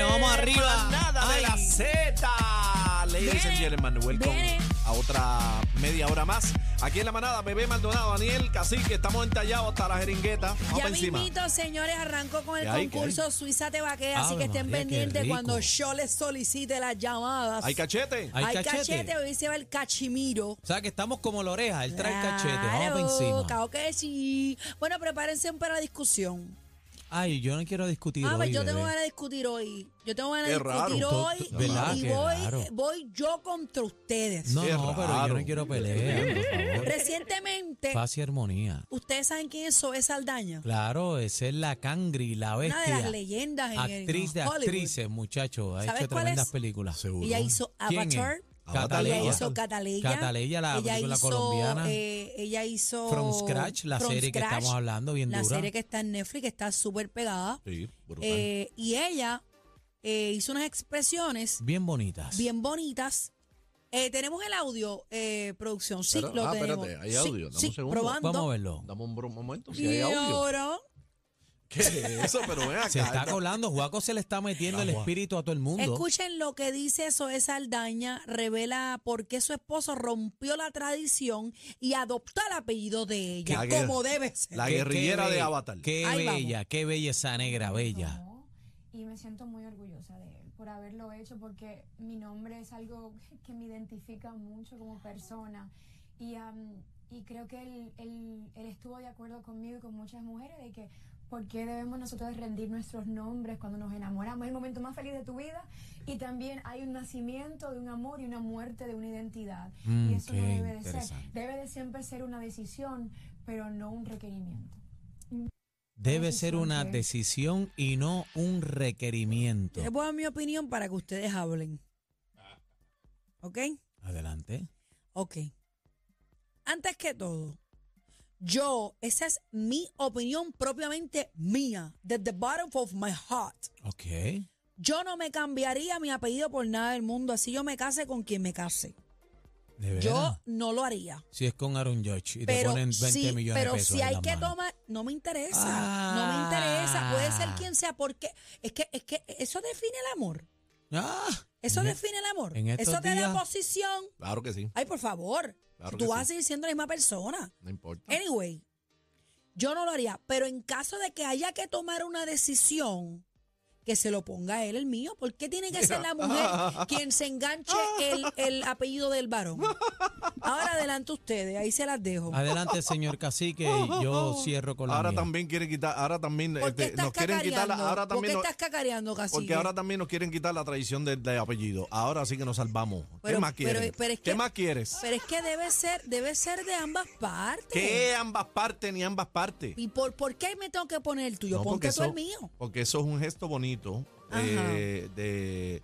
arriba. Manada de la Ay. Z. Ladies Viene, and gentlemen, welcome viene. a otra media hora más. Aquí en la manada, bebé Maldonado, Daniel, Cacique, estamos entallados hasta la jeringueta. Vamos Ya para encima. mismito, señores, arrancó con el ¿Qué hay? ¿Qué concurso Suiza te vaquea, así Ave que estén María, Ah, qué pendientes rico. cuando yo les solicite las llamadas. ¿Hay cachete? ¿Hay Hay cachete? hoy se va el cachimiro. O sea, que estamos como la oreja, él trae el cachete, vamos Claro, para encima. claro que sí. Bueno, prepárense para la discusión. Ay, yo no quiero discutir Ah, pues hoy, yo bebé. tengo ganas de discutir hoy. Yo tengo ganas de Qué raro. discutir Tú- hoy. tú- ¿verdad? Y Qué voy, raro. voy yo contra ustedes. No, Qué no, pero yo raro. no quiero pelear, por favor. Recientemente, Paz y armonía. ustedes saben quién es Zoe Saldaña. Claro, esa es la cangri, la Una de las bestia. leyendas en el- Actriz de Hollywood. actrices, muchacho. Ha ¿Sabes hecho cuál tremendas es? películas. Seguro. Ella hizo Avatar. Cataleya. Ella hizo Cataleya. Cataleya, la ella película hizo, colombiana. eh, ella hizo. From Scratch, la From serie que Scratch, estamos hablando, bien La dura. serie que está en Netflix, que está súper pegada. Sí, brutal. Eh, y ella eh, hizo unas expresiones Bien bonitas. bien bonitas. Eh, tenemos el audio, eh, producción. Sí, Espera, lo ah, tenemos. espérate, hay Sí, audio, dame sí, un segundo. probando. Vamos a verlo. Dame un, bro- un momento, si Y hay audio. ahora, ¿Qué es eso? Pero ven acá. Se está esta- colando, Juaco se le está metiendo el espíritu a todo el mundo. escuchen lo que dice Zoe Saldaña. Revela por qué su esposo rompió la tradición y adoptó el apellido de ella, La guerra- como debe ser. la Qué- guerrillera qué de be- Avatar. Qué Ahí vamos. bella, qué belleza negra, bella. tomó, Y me siento muy orgullosa de él por haberlo hecho porque mi nombre es algo que me identifica mucho como persona. Y, am, y creo que él, él- él estuvo de acuerdo conmigo y con muchas mujeres de que por qué debemos nosotros rendir nuestros nombres cuando nos enamoramos. Es el momento más feliz de tu vida y también hay un nacimiento de un amor y una muerte de una identidad. Mm, y eso no qué debe de ser. interesante. Debe de siempre ser una decisión, pero no un requerimiento. Debe ser decisión una que- decisión y no un requerimiento. Les voy a dar mi opinión para que ustedes hablen. ¿Ok? Adelante. Ok. Antes que todo, yo, esa es mi opinión propiamente mía, desde the bottom of my heart. Ok. Yo no me cambiaría mi apellido por nada del mundo, así yo me case con quien me case. De Yo verdad. no lo haría. Si es con Aaron George y te Pero ponen 20 sí, millones pero de pesos. si en hay las que manos. tomar, no me interesa, Ah. no me interesa, puede ser quien sea, porque es que, es que eso define el amor, Ah, eso en- define el amor, en estos eso te da días- posición, Claro que sí. Ay, por favor. Claro tú que vas sí. Ah. a seguir siendo la misma persona. No importa. Anyway, yo no lo haría, pero en caso de que haya que tomar una decisión, que se lo ponga él el mío. ¿Por qué tiene que ser la mujer quien se enganche el, el apellido del varón? Ahora adelante ustedes, ahí se las dejo. Adelante, señor cacique. Yo cierro con la Ahora mía. también quieren quitar, ahora también oh, ¿Por qué este, estás nos quieren quitar, la- cacareando? ahora ¿Por qué también nos- estás cacareando, cacique? Porque ahora también nos quieren quitar la tradición del de apellido. Ahora sí que nos salvamos. ¿Qué Pero- más pero- quieres? pero es ¿Qué que- más quieres? Pero es que debe ser, debe ser de ambas partes. ¿Qué ambas partes ni ambas partes? ¿Y por, por qué me tengo que poner el tuyo? No, Ponte tú eso, el mío. Porque eso es un gesto bonito Ajá. eh, de,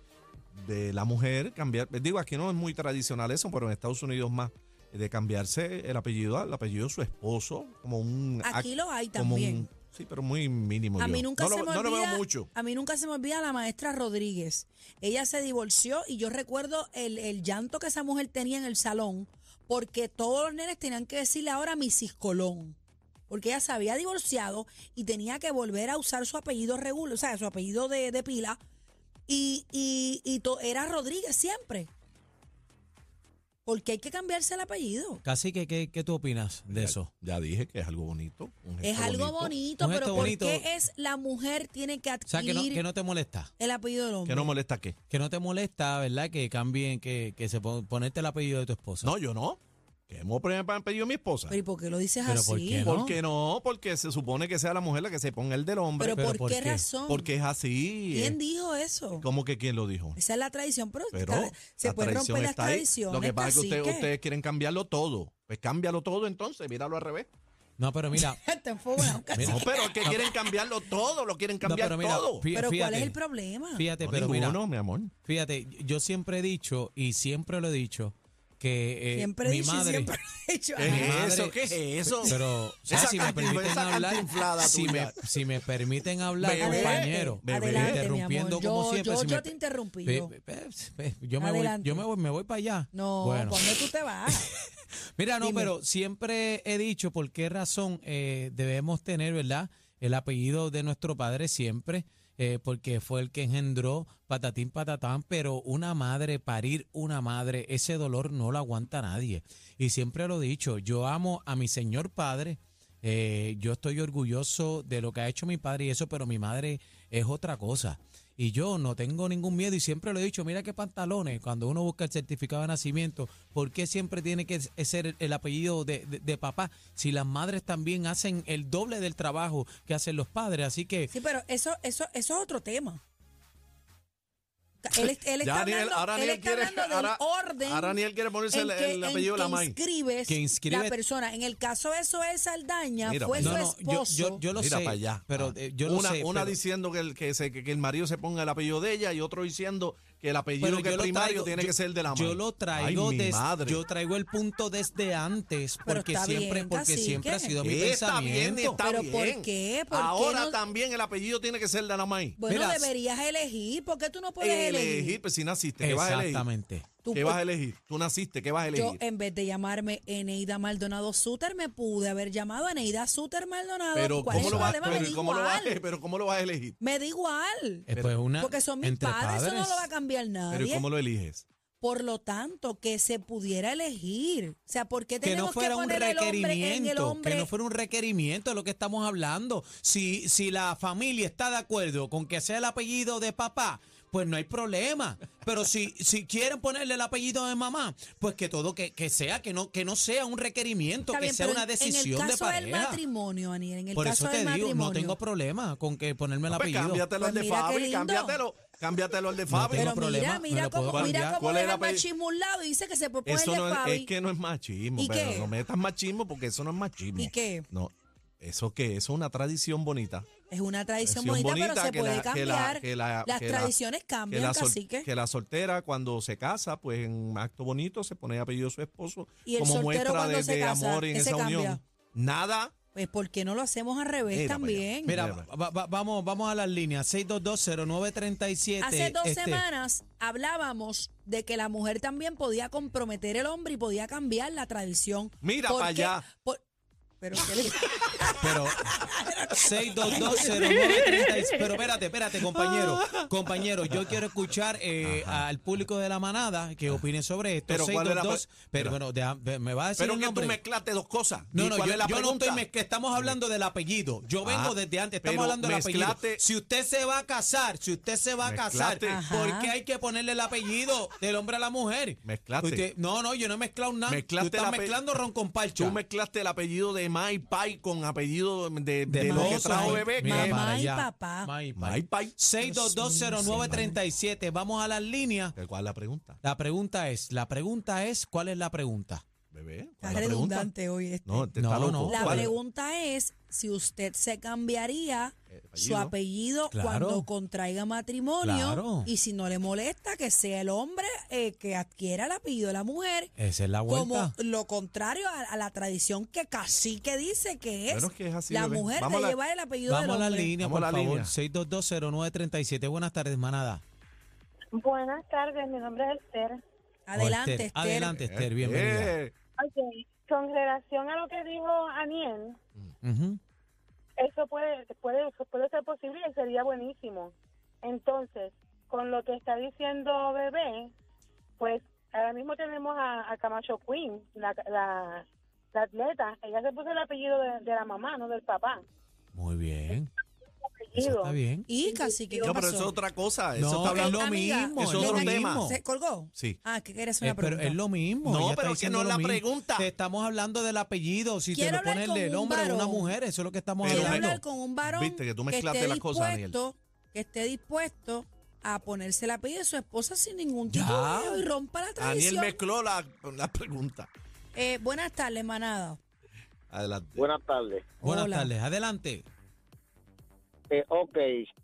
de la mujer cambiar. Digo, aquí no es muy tradicional eso, pero en Estados Unidos más. De cambiarse el apellido al apellido de su esposo, como un. Aquí ac- lo hay como un- también. sí, pero muy mínimo. A yo. mí nunca no se lo, me no lo olvida, veo mucho. A mí nunca se me olvida la maestra Rodríguez. Ella se divorció y yo recuerdo el, el llanto que esa mujer tenía en el salón porque todos los nenes tenían que decirle ahora Mrs. Colón. Porque ella se había divorciado y tenía que volver a usar su apellido regular, o sea, su apellido de, de pila. Y, y, y to- era Rodríguez siempre. Porque hay que cambiarse el apellido. Cacique, ¿qué, qué tú opinas de eso? Ya, ya dije que es algo bonito. un Es gesto algo bonito, Un pero gesto ¿por bonito. qué es la mujer tiene que O sea, que no, adquirir que no te molesta. el apellido del hombre? Que no molesta qué. Que no te molesta, ¿verdad? Que cambien, que, que se pon- ponerte el apellido de tu esposa. No, yo no. Que hemos pre- pe- pedido a mi esposa. Pero ¿y por qué lo dices Pero así? ¿por qué no? ¿Por qué no? Porque se supone que sea la mujer la que se ponga el del hombre. ¿Pero, por, ¿por qué, qué? razón? porque es así. ¿Quién es- dijo eso? ¿Cómo que quién lo dijo? Esa es la tradición, pero, Pero está- se la pueden tradición romper las está ahí. tradiciones. Lo que pasa es que usted- cacique. ustedes quieren cambiarlo todo. Pues cámbialo todo entonces, míralo al revés. No, pero mira. Está enfogonado, cacique. Mira. No, pero es que quieren cambiarlo todo, lo quieren no, cambiar pero mira, todo. fí- pero ¿cuál fíjate, es el problema? Fíate, no, pero mira. ninguno, mi amor. Fíjate, yo siempre he dicho y siempre lo he dicho que eh, siempre he mi dicho y madre. siempre he dicho. ¿Qué es Ajá. madre- eso? ¿Qué es eso? Pero o sea, Esa si me cantin- permiten esa hablar, cantinflada si me, tuya. si me permiten hablar, Bebé, compañero, bebé. Adelante, interrumpiendo mi amor. como Yo- siempre. yo- si yo me- te interrumpí, Pe- yo. pe- pe- yo me voy, Adelante. yo me voy, me voy para allá. No, bueno. ¿cuándo tú te vas? Mira, no, Dime. pero siempre he dicho por qué razón eh, debemos tener, ¿verdad? El apellido de nuestro padre siempre. eh, porque fue el que engendró patatín patatán, pero una madre, parir una madre, ese dolor no lo aguanta nadie. Y siempre lo he dicho, yo amo a mi señor padre, eh, yo estoy orgulloso de lo que ha hecho mi padre y eso, pero mi madre es otra cosa. Y yo no tengo ningún miedo y siempre lo he dicho, mira qué pantalones, cuando uno busca el certificado de nacimiento, ¿por qué siempre tiene que ser el, el apellido de, de- de papá? Si las madres también hacen el doble del trabajo que hacen los padres, así que... Sí, pero eso, eso, eso es otro tema. Él, es- él Ya está Aniel- hablando, ahora él Aniel está quiere- hablando del ahora- orden. ahora Aniel quiere ponerse en el- que- el en apellido de la que madre. inscribes Que inscribe- la persona. En el caso de eso es Saldaña, Mira, fue pues. su No, yo, esposo. yo, yo lo Mira sé, para allá. pero Ah. eh, yo lo una, sé, una pero- diciendo que el, que, se- que el marido se ponga el apellido de ella y otro diciendo que el apellido Pero que es lo primario traigo- tiene yo- que ser de la madre. Yo lo traigo Ay, mi des- madre. yo traigo el punto desde antes Pero porque está siempre bien, porque cacique. siempre ha sido mi está pensamiento. bien, está Pero bien. ¿por qué? ¿Por qué Ahora no- también el apellido tiene que ser de la madre. bueno, Mira, deberías elegir. ¿Por qué tú no puedes elegir? Elegir, pues si naciste, ¿qué vas a elegir? Exactamente. Tú ¿Qué pu- vas a elegir? Tú naciste, ¿qué vas a Yo, elegir? en vez de llamarme Eneida Maldonado Suter, me pude haber llamado Eneida Suter Maldonado. Pero ¿Cuál es ¿cómo el lo vas problema? Me pero da ¿cómo lo vas igual. a- pero ¿cómo lo vas a elegir? Me da igual. Eh, pues una Porque son mis entre padres, eso no lo va a cambiar Pero ¿y nadie. cómo lo eliges? Por lo tanto, que se pudiera elegir. O sea, ¿por qué que no tenemos que, fuera un poner el hombre en el requerimiento, hombre? que no fuera un requerimiento de lo que estamos hablando. Si, si la familia está de acuerdo con que sea el apellido de papá, pues no hay problema. Pero si, si quieren ponerle el apellido de mamá, pues que todo que, que sea, que no, que no sea un requerimiento, Está que bien, sea pero una en- decisión En el de caso del pareja. matrimonio, Aniel, en el Por caso eso te del digo, matrimonio. no tengo problema con que ponerme el Pues apellido. cámbiatelo al Pues de mira qué Fabi, lindo. cámbiatelo, cámbiatelo al de No Fabi. Pero tengo problema, mira, mira me lo puedo cómo, mira cambiar. cómo ¿Cuál es deja el el apellido? machismo a un lado y dice que se propone Eso el no de es, Fabi. es que no es machismo, ¿Y pero qué? no metas machismo porque eso no es machismo. ¿Y qué? No, eso que eso es una tradición bonita. Es una tradición Tradición bonita, pero se que puede la- que la- cambiar. que la- Las que la- tradiciones cambian, sol- así que. que la soltera cuando se casa, pues en un acto bonito se pone el apellido de su esposo Y el como soltero muestra cuando de, se de casa, amor en ese esa cambia. unión. Nada. Pues, ¿por qué no lo hacemos al revés Mira para allá. también? Mira, Mira, va- va- va- vamos, vamos a las líneas. 6220937. Hace dos este, semanas hablábamos de que la mujer también podía comprometer el hombre y podía cambiar la tradición. Mira ¿Por para qué? allá. Por- pero ¿qué le- Pero 6220936. Pero espérate, espérate, compañero. Compañero, yo quiero escuchar eh, al público de la manada que opine sobre esto. Pero ¿cuál era la 622, pre- pero bueno, deja- me va a decir Pero el que tú nombre. mezclaste dos cosas. No, ¿Y no, yo, cuál es la yo no pregunta? estoy mezclando, estamos hablando del apellido. Yo vengo Ah, desde antes, estamos pero hablando del apellido. mezclaste- Si usted se va a casar, si usted se va a Mezclaste. casar, ¿por Ajá. qué hay que ponerle el apellido del hombre a la mujer? Mezclaste. Usted- no, no, yo no he mezclado nada. Mezclaste tú el estás ape- mezclando ron con parcha. Tú mezclaste el apellido de Mai Pai con apellido de, de, lo que Mai trajo Pai. bebé. Mira que- para Mamá y papá. Mamá y papá. Mai Pai. 6220937. Vamos a las líneas. ¿Cuál es la pregunta? La pregunta es, la pregunta es, ¿cuál es la pregunta? Bebé. ¿Cuál Está es la pregunta? redundante hoy este. No, te No, está loco. no. La ¿Cuál? pregunta es si usted se cambiaría Eh, apellido. su apellido Claro. cuando contraiga matrimonio Claro. y si no le molesta que sea el hombre eh, que adquiera el apellido de la mujer, Esa es la como vuelta. lo contrario a, a la tradición que casi que dice que es, Bueno, es que es así, la bebé. mujer Vamos a de la- llevar el apellido Vamos a del las hombre. líneas, Vamos por a la favor. línea. 6220937. Buenas tardes, manada. Buenas tardes, mi nombre es Esther. Adelante, Esther, Esther. Adelante, Esther, bienvenida. Eh, Ok, con relación a lo que dijo Aniel, Ujú. eso puede, puede, puede ser posible y sería buenísimo. Entonces, con lo que está diciendo Bebé, pues ahora mismo tenemos a, a Camacho Queen, la, la, la atleta. Ella se puso el apellido de, de la mamá, no del papá. Muy bien. Eso Apellido. está bien. Y casi que No, pero eso es otra cosa. Eso No, está es hablando. lo Amiga, mismo. eso es ¿le otro enganchó? tema. ¿Se colgó? Sí. Ah, que quieres Eh, una pero pregunta. es lo mismo. No, ella está pero que diciendo no es lo la mismo. pregunta. Te estamos hablando del apellido. Si te Quiero lo hablar pones con del un hombre de una varón. mujer, eso es lo que estamos Pero Quiero bueno, hablando. hablar con un varón viste que tú mezclaste esté las cosas, Daniel. dispuesto- que esté dispuesto a ponerse el apellido de su esposa sin ningún Ya. tipo de y rompa la Daniel tradición. mezcló la, la pregunta. Eh, buenas tardes, manada. Adelante. Buenas tardes. Buenas Hola. tardes, adelante. Eh, ok,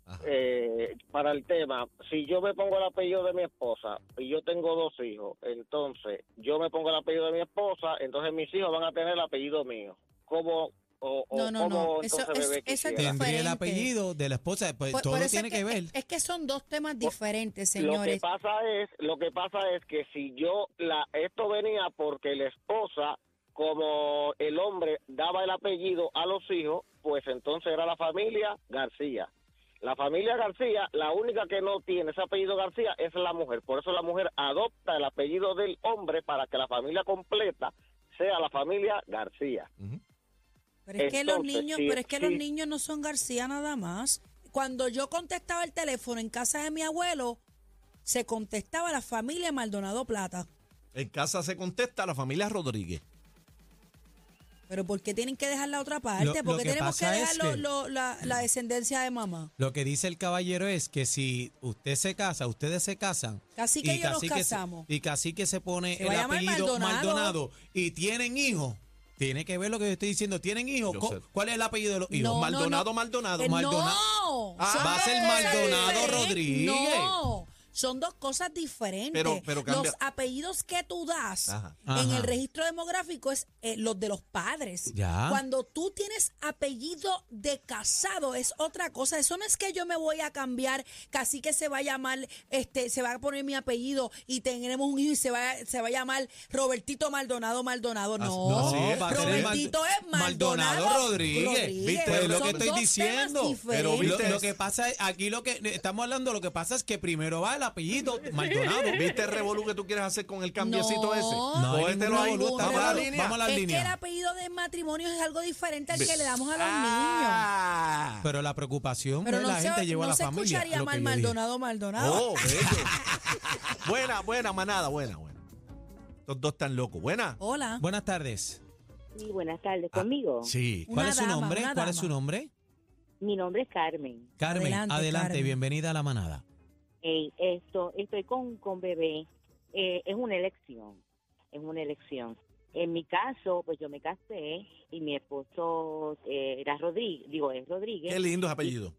Ajá. eh, para el tema, si yo me pongo el apellido de mi esposa y yo tengo dos hijos, entonces yo me pongo el apellido de mi esposa, entonces mis hijos van a tener el apellido mío. ¿Cómo? O, o- No, no, cómo no. Eso- entonces es- bebé eso es quisiera? diferente. Tendría el apellido de la esposa. Pues, Por- por todo eso tiene es que, ver. Es que son dos temas diferentes, Lo que señores. pasa es, lo que pasa es que si yo la esto venía porque la esposa como el hombre daba el apellido a los hijos, pues entonces era la familia García. La familia García, la única que no tiene ese apellido García es la mujer. Por eso la mujer adopta el apellido del hombre para que la familia completa sea la familia García. Pero es que los Entonces, niños, sí, pero es que los sí. niños no son García nada más. Cuando yo contestaba el teléfono en casa de mi abuelo, se contestaba la familia Maldonado Plata. En casa se contesta la familia Rodríguez. Pero ¿por qué tienen que dejar la otra Lo- parte? lo Porque que tenemos que pasa dejar es lo- que- lo- la, la descendencia de mamá. Lo que dice el caballero es que si usted se casa, ustedes se casan. Casi que y yo nos casi que se- casamos. y casi que se pone Se va el a llamar apellido Maldonado. Maldonado. y tienen hijos. Tiene que ver lo que yo estoy diciendo. ¿Tienen hijos? Yo Co- sé. ¿Cuál es el apellido de los hijos? No, no, Maldonado, no. Maldonado, Eh, Maldonado. No. Ah, Son va a dos ser cosas Maldonado diferentes. Rodríguez. No, son dos cosas diferentes. Pero- pero cambia- Los apellidos que tú das Ajá. en Ajá. el registro demográfico es eh, los de los padres. Ya. Cuando tú tienes apellido de casado es otra cosa. Eso no es que yo me voy a cambiar, casi que se va a llamar, este, se va a poner mi apellido y tendremos un hijo y se va, a- se va a llamar Robertito Maldonado Maldonado. No, no, sí, va a ser el Robertito Mal- es Maldonado, Rodríguez. ¿Viste? Pues lo Son que estoy dos temas diciendo. diferentes. Pero Pero lo, viste- lo que pasa es, aquí lo que estamos hablando, lo que pasa es que primero va el apellido Maldonado. Ah, ¿Viste el revolú que tú quieres hacer con el cambiecito No. ese? Pues este No, hay Cógetelo ningún ahí, revolú, vamos a la revolú. línea. Vamos a la- las es líneas. que el apellido de matrimonio es algo diferente al que le damos a los Ah. Pero la preocupación niños. Pero de no la gente se, lleva a no la se familia. escucharía lo que mal yo dije. Maldonado Maldonado. Oh, bello. buena, buena, manada, buena, buena. Estos dos están locos. Buena. Hola. Buenas tardes. Sí, buenas tardes, Ah, conmigo. Sí. ¿Cuál Una es su dama, nombre? una ¿Cuál es su dama. nombre? Mi nombre es Carmen. Carmen, adelante, Adelante, Carmen. bienvenida a la manada. Ey, esto, estoy con, con bebé. Eh, es una elección, es una elección. En mi caso, pues yo me casé y mi esposo eh, era Rodríguez, digo, es Rodríguez. Qué lindo es apellido.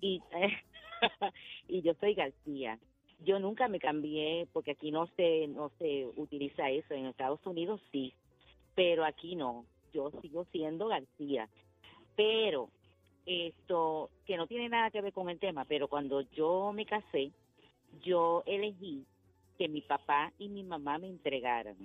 y, y yo soy García. Yo nunca me cambié porque aquí no se no se utiliza eso. En Estados Unidos sí, pero aquí no. Yo sigo siendo García. Pero esto que no tiene nada que ver con el tema, pero cuando yo me casé, yo elegí que mi papá y mi mamá me entregaran.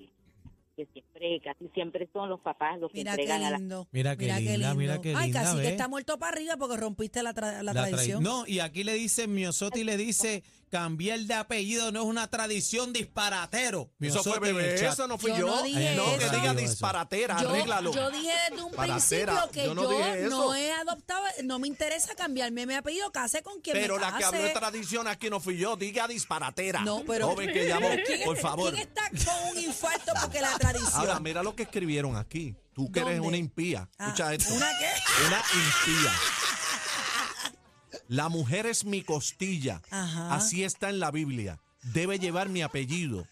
Que siempre, casi siempre son los papás los que Mira qué entregan a la lindo. Mira qué linda, mira qué Ay, linda, casi ve. que está muerto para arriba porque rompiste la, tra- la La trai- tradición. No, y aquí le dice, Miosotti le dice, cambiar de apellido no es una tradición disparatero. Eso fue Miosotti en el bebé, chat. eso no fui yo. Yo no dije No, que eso. diga disparatera, yo, arréglalo. yo dije desde un Paratera, principio que yo yo no no, dije eso. he adoptado, no me interesa cambiarme mi apellido, casé con quien pero me la que habló de case. tradición aquí no fui yo, diga disparatera. No, pero- Joven que llamó, ¿Quién- por favor. ¿Quién está con un infarto porque la tradición? Ahora, mira lo que escribieron aquí. Tú que eres ¿Dónde? una impía. Ah, Escucha esto. ¿Una qué? Una impía. La mujer es mi costilla. Ajá. Así está en la Biblia. Debe llevar mi apellido.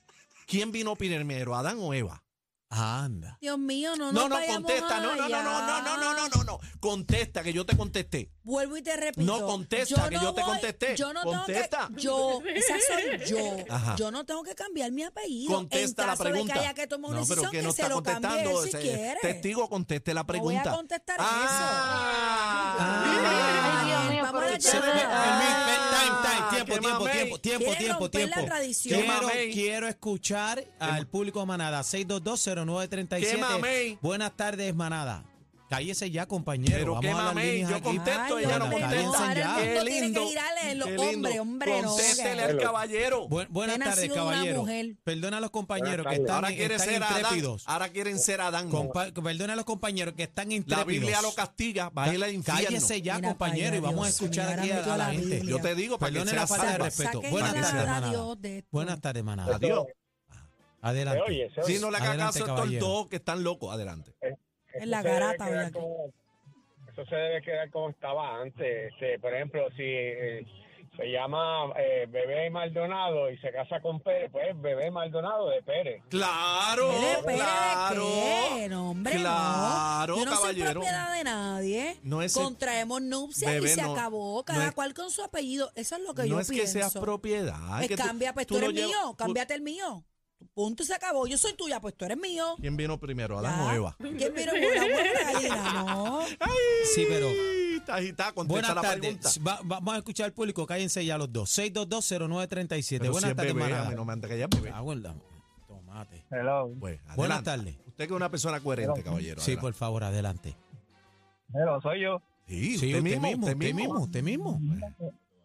¿Quién vino primero, Adán o Eva? Anda. Dios mío, no No, nos no, vayamos contesta. No, no, no, allá. no, no, no, no, no, no, no. Contesta, que yo te contesté. Vuelvo y te repito. No, contesta, que yo te contesté. Yo no Contesta. tengo que. Yo, esa soy yo. Ajá. Yo no tengo que cambiar mi apellido. Contesta en la caso pregunta. de que haya que tomar una no, pero decisión, que que, no se está lo cambie él contestando. si ese quiere. Testigo, conteste la No voy pregunta. a contestar ah, eso. Ah. Ay, vamos a la Se- eh, eh, llamada. Ah, eh, time, time, qué tiempo, mamey. tiempo, tiempo, tiempo, Quieren tiempo, romper la tiempo. tradición. Qué Quiero, mamey. quiero escuchar al público manada. Qué mamey. 6220937. Buenas tardes, manada. Cállese ya, compañero. Pero Vamos qué a hablar mamey, líneas yo aquí. contesto, Ay, ella no hombre, contesta. no, ahora el Qué mundo tiene lindo. que ir a leer los qué lindo. hombre, hombre, no, Contéstele que- al caballero. Bu- buenas Usted tardes, nació de una caballero. mujer. Perdona a los compañeros que Buenas tardes. están, Ahora quiere están ser Adán. intrépidos. Ahora quieren ser Adán. Compa- perdona a los compañeros que están La intrépidos. Biblia lo castiga, va a ir al infierno. Cállese ya, Mira para compañero, allá, y vamos a Dios mío, escuchar ahora aquí a metió la, la gente. Biblia. Yo te digo para Perdone que la sea falta de salva. respeto. Saquen Buenas la tardes, radio manada. de esto. Buenas tardes, manada. Adiós. Adelante. Se oye, se oye. Si no le hagas Adelante, caso a estos caballero. dos que están locos, adelante. Eh, En la Eso se debe garata hoy quedar aquí. como- Eso se debe quedar como estaba antes. Este, por ejemplo, si eh, se llama eh, Bebé Maldonado y se casa con Pérez, pues Bebé Maldonado de Pérez. Claro, Pérez, Pérez, claro. ¿qué? No, hombre, claro, no. Yo no soy caballero. propiedad de nadie. No es- Contraemos nupcias Bebé, y se no- acabó. no Cada es- cual con su apellido. Eso es lo que yo No es pienso. que seas propiedad. Pues que tú- cambia, pues tú, lo eres llevas- mío. tú- Cámbiate el mío. Punto y se acabó. Yo soy tuya, pues tú eres mío. ¿Quién vino primero, Adán Ya. o Eva? ¿Quién vino con la huevo la gallina? No. Sí, pero. Está agitada, contesta Buenas la pregunta. tardes. Va- va- vamos a escuchar al público. Cállense ya los dos. 6220937. Pero Buenas si es tardes, bebé, manada. a mí no me antes que ella es bebé. Ah, bueno, Tomate. Hello. Pues, adelante. Buenas tardes. Usted que es una persona coherente, caballero. Sí, adelante. por favor, adelante. Hello, soy yo. Sí, Sí, usted, mismo, usted usted mismo. mismo, usted mismo.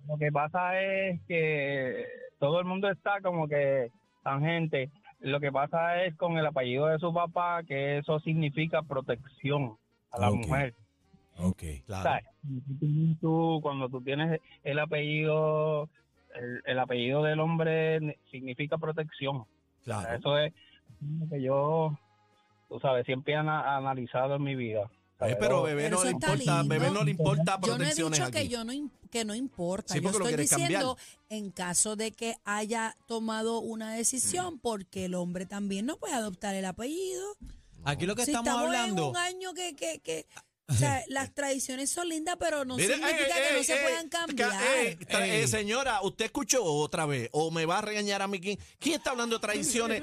Lo que pasa es que todo el mundo está como que tangente. Lo que pasa es con el apellido de su papá que eso significa protección a la Ok. mujer. Ok. Claro. ¿Sabes? Tú, cuando tú tienes el apellido, el, el apellido del hombre significa protección. O sea, Claro. Eso es lo que yo, tú sabes, siempre he ana- analizado en mi vida. Eh, Oh, pero bebé no Pero eso le está importa, lindo. bebé no le importa Yo no he protecciones dicho que Ah, aquí. yo no im- que no importa. Sí, yo porque lo estoy quieres cambiar. diciendo en caso de que haya tomado una decisión, porque el hombre también no puede adoptar el apellido. Aquí lo que si estamos, estamos en hablando. un año que, que, que o sea, las tradiciones son lindas, pero no Mire, significa ey, eh, que ey, no se ey, puedan ca- cambiar. ey, tra- Ey. eh, señora, usted escuchó otra vez o me va a regañar a mí. ¿Quién, quién está hablando de traiciones?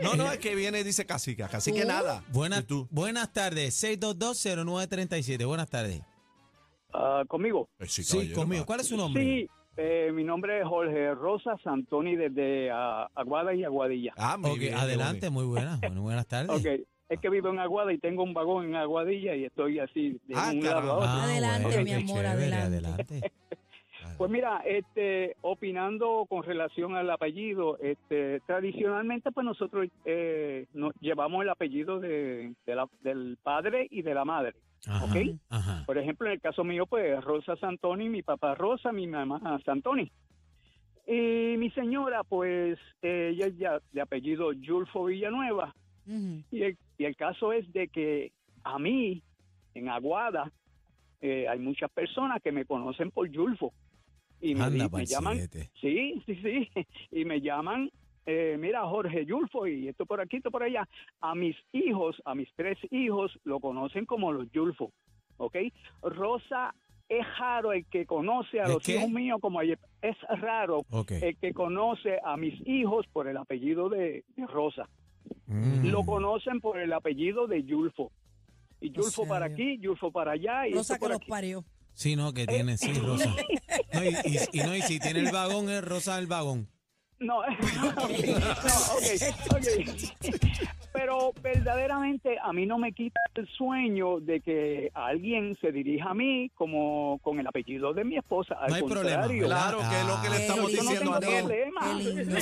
no, no, es que viene y dice cacica, cacique Oh, nada. Buenas, ¿Y tú? buenas tardes, 6220937. Buenas tardes. Ah, conmigo. Eh, Sí, ah. caballero, conmigo. va. ¿Cuál es su nombre? Sí, eh, mi nombre es Jorge Rosa Santoni desde ah, Aguada y Aguadilla. Ah, muy Ok, bien, qué adelante, muy buenas. Bueno, buenas tardes. Ok, es que vivo en Aguada y tengo un vagón en Aguadilla y estoy así de Ah, un lado caramba. a otro. Ah, Adelante, bueno, mi qué amor, chévere, adelante. adelante. Pues mira, este, opinando con relación al apellido, este, tradicionalmente pues nosotros eh, nos llevamos el apellido de, de la- del padre y de la madre. Ajá, ok. ajá. Por ejemplo, en el caso mío, pues Rosa Santoni, mi papá Rosa, mi mamá Santoni. Y mi señora, pues ella es ya de apellido Yulfo Villanueva. Ujú. Y el, y el caso es de que a mí, en Aguada, eh, hay muchas personas que me conocen por Yulfo. Y me, di- Anda, me pa'l llaman. siete. Sí, sí, sí. Y me llaman, eh, mira, Jorge Yulfo, y esto por aquí, esto por allá. A mis hijos, a mis tres hijos, lo conocen como los Yulfo. ¿Ok? Rosa es raro el que conoce a ¿Es los qué? hijos míos como ayer. Es raro Ok. el que conoce a mis hijos por el apellido de- de Rosa Mm. lo conocen por el apellido de Yulfo. Y Yulfo sea, para yo- aquí, Yulfo para allá. Y Rosa esto que por los aquí. parió. Sí, no, que tiene, sí, Rosa. No, y, y- y no, y si tiene el vagón, es Rosa el vagón. No, okay. no, ok, ok. Pero verdaderamente a mí no me quita el sueño de que alguien se dirija a mí como con el apellido de mi esposa. Al No hay problema, contrario, ¿verdad? Claro, que es lo que le Ah, estamos yo no diciendo tengo a Daniel. problema. Qué lindo.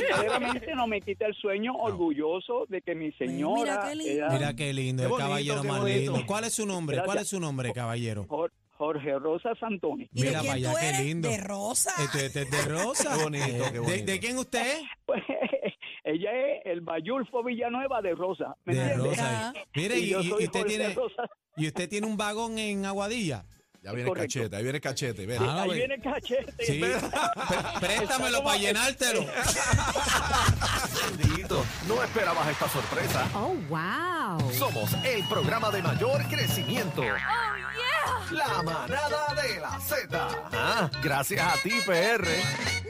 verdaderamente no me quita el sueño orgulloso de que mi señora qué lindo. era Mira qué lindo, Qué el bonito, caballero qué más bonito. lindo. ¿Cuál es su nombre? ¿Cuál Gracias. es su nombre, caballero? Jor- Jorge Rosa Santoni. ¿Y Mira de quién para tú allá, qué eres? lindo. De Rosa. Este, este es de Rosa. Qué bonito, qué Eh, ¿de- ¿De, bonito. quién usted es? Pues ella es el Bayulfo Villanueva de Rosa. ¿Me De entiendes? Rosa. Ajá. Mire, y, yo y- soy y usted Jorge tiene, Rosa. y usted tiene un vagón en Aguadilla. Ya viene Correcto. cachete, ahí viene cachete. ven. Ah, Ahí pues, viene el cachete. Sí. Pr- préstamelo para llenártelo. Bendito, no esperabas esta sorpresa. Oh, wow. Somos el programa de mayor crecimiento. La manada de la Z. Ah, gracias a ti, PR.